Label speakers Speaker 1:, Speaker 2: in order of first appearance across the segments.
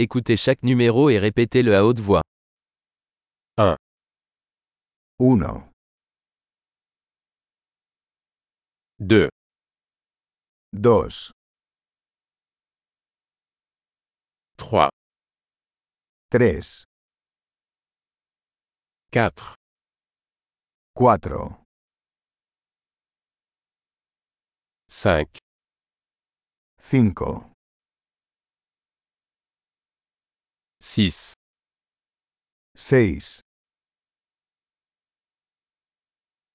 Speaker 1: Écoutez chaque numéro et répétez-le à haute voix.
Speaker 2: 1,
Speaker 1: 2,
Speaker 2: 2,
Speaker 1: 3,
Speaker 2: 3,
Speaker 1: 4,
Speaker 2: 4,
Speaker 1: 5,
Speaker 2: 5,
Speaker 1: 6,
Speaker 2: 6,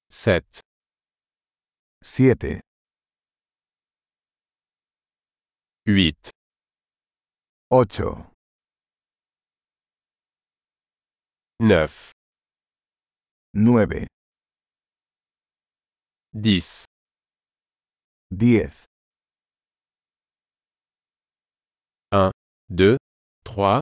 Speaker 1: 7,
Speaker 2: 7,
Speaker 1: 8,
Speaker 2: 8,
Speaker 1: 9,
Speaker 2: 9,
Speaker 1: 10,
Speaker 2: 10,
Speaker 1: 2, 3,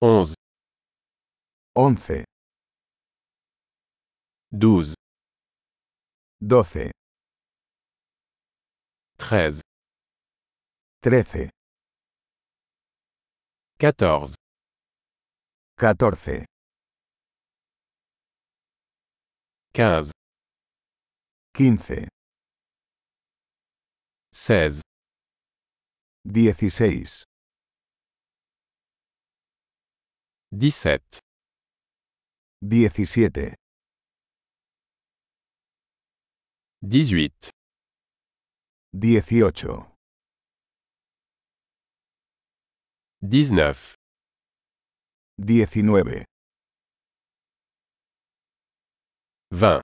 Speaker 1: 11,
Speaker 2: 11,
Speaker 1: 12,
Speaker 2: 12,
Speaker 1: 13,
Speaker 2: 13,
Speaker 1: 14,
Speaker 2: 14,
Speaker 1: 15,
Speaker 2: 15,
Speaker 1: 16,
Speaker 2: 16,
Speaker 1: 17,
Speaker 2: 17,
Speaker 1: 18,
Speaker 2: 18,
Speaker 1: 19,
Speaker 2: 19,
Speaker 1: 20,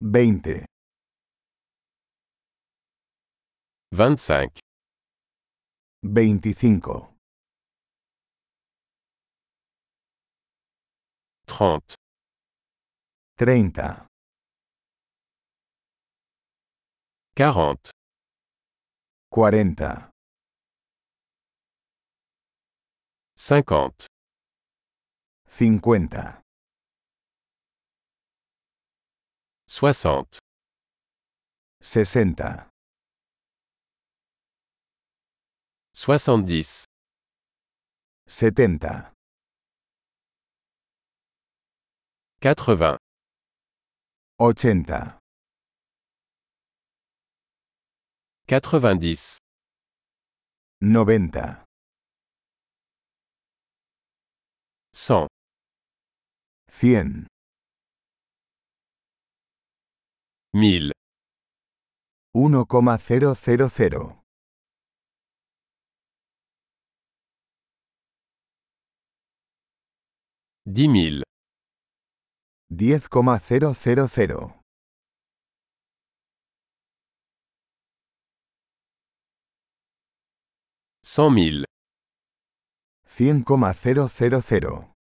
Speaker 2: 20,
Speaker 1: 25,
Speaker 2: 25,
Speaker 1: 30,
Speaker 2: 30,
Speaker 1: 40,
Speaker 2: 40,
Speaker 1: 50,
Speaker 2: 50,
Speaker 1: 60,
Speaker 2: 60.
Speaker 1: 70,
Speaker 2: 70,
Speaker 1: 80,
Speaker 2: 80,
Speaker 1: 90,
Speaker 2: 90,
Speaker 1: 100,
Speaker 2: 100,
Speaker 1: 1000,
Speaker 2: 1,000,
Speaker 1: 10 000,
Speaker 2: 10,000,
Speaker 1: 100 000,
Speaker 2: 100,000,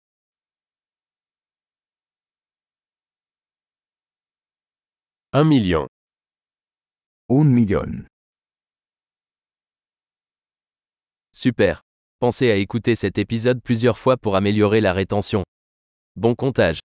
Speaker 1: 1 million,
Speaker 2: 1 millón.
Speaker 1: Super. Pensez à écouter cet épisode plusieurs fois pour améliorer la rétention. Bon comptage.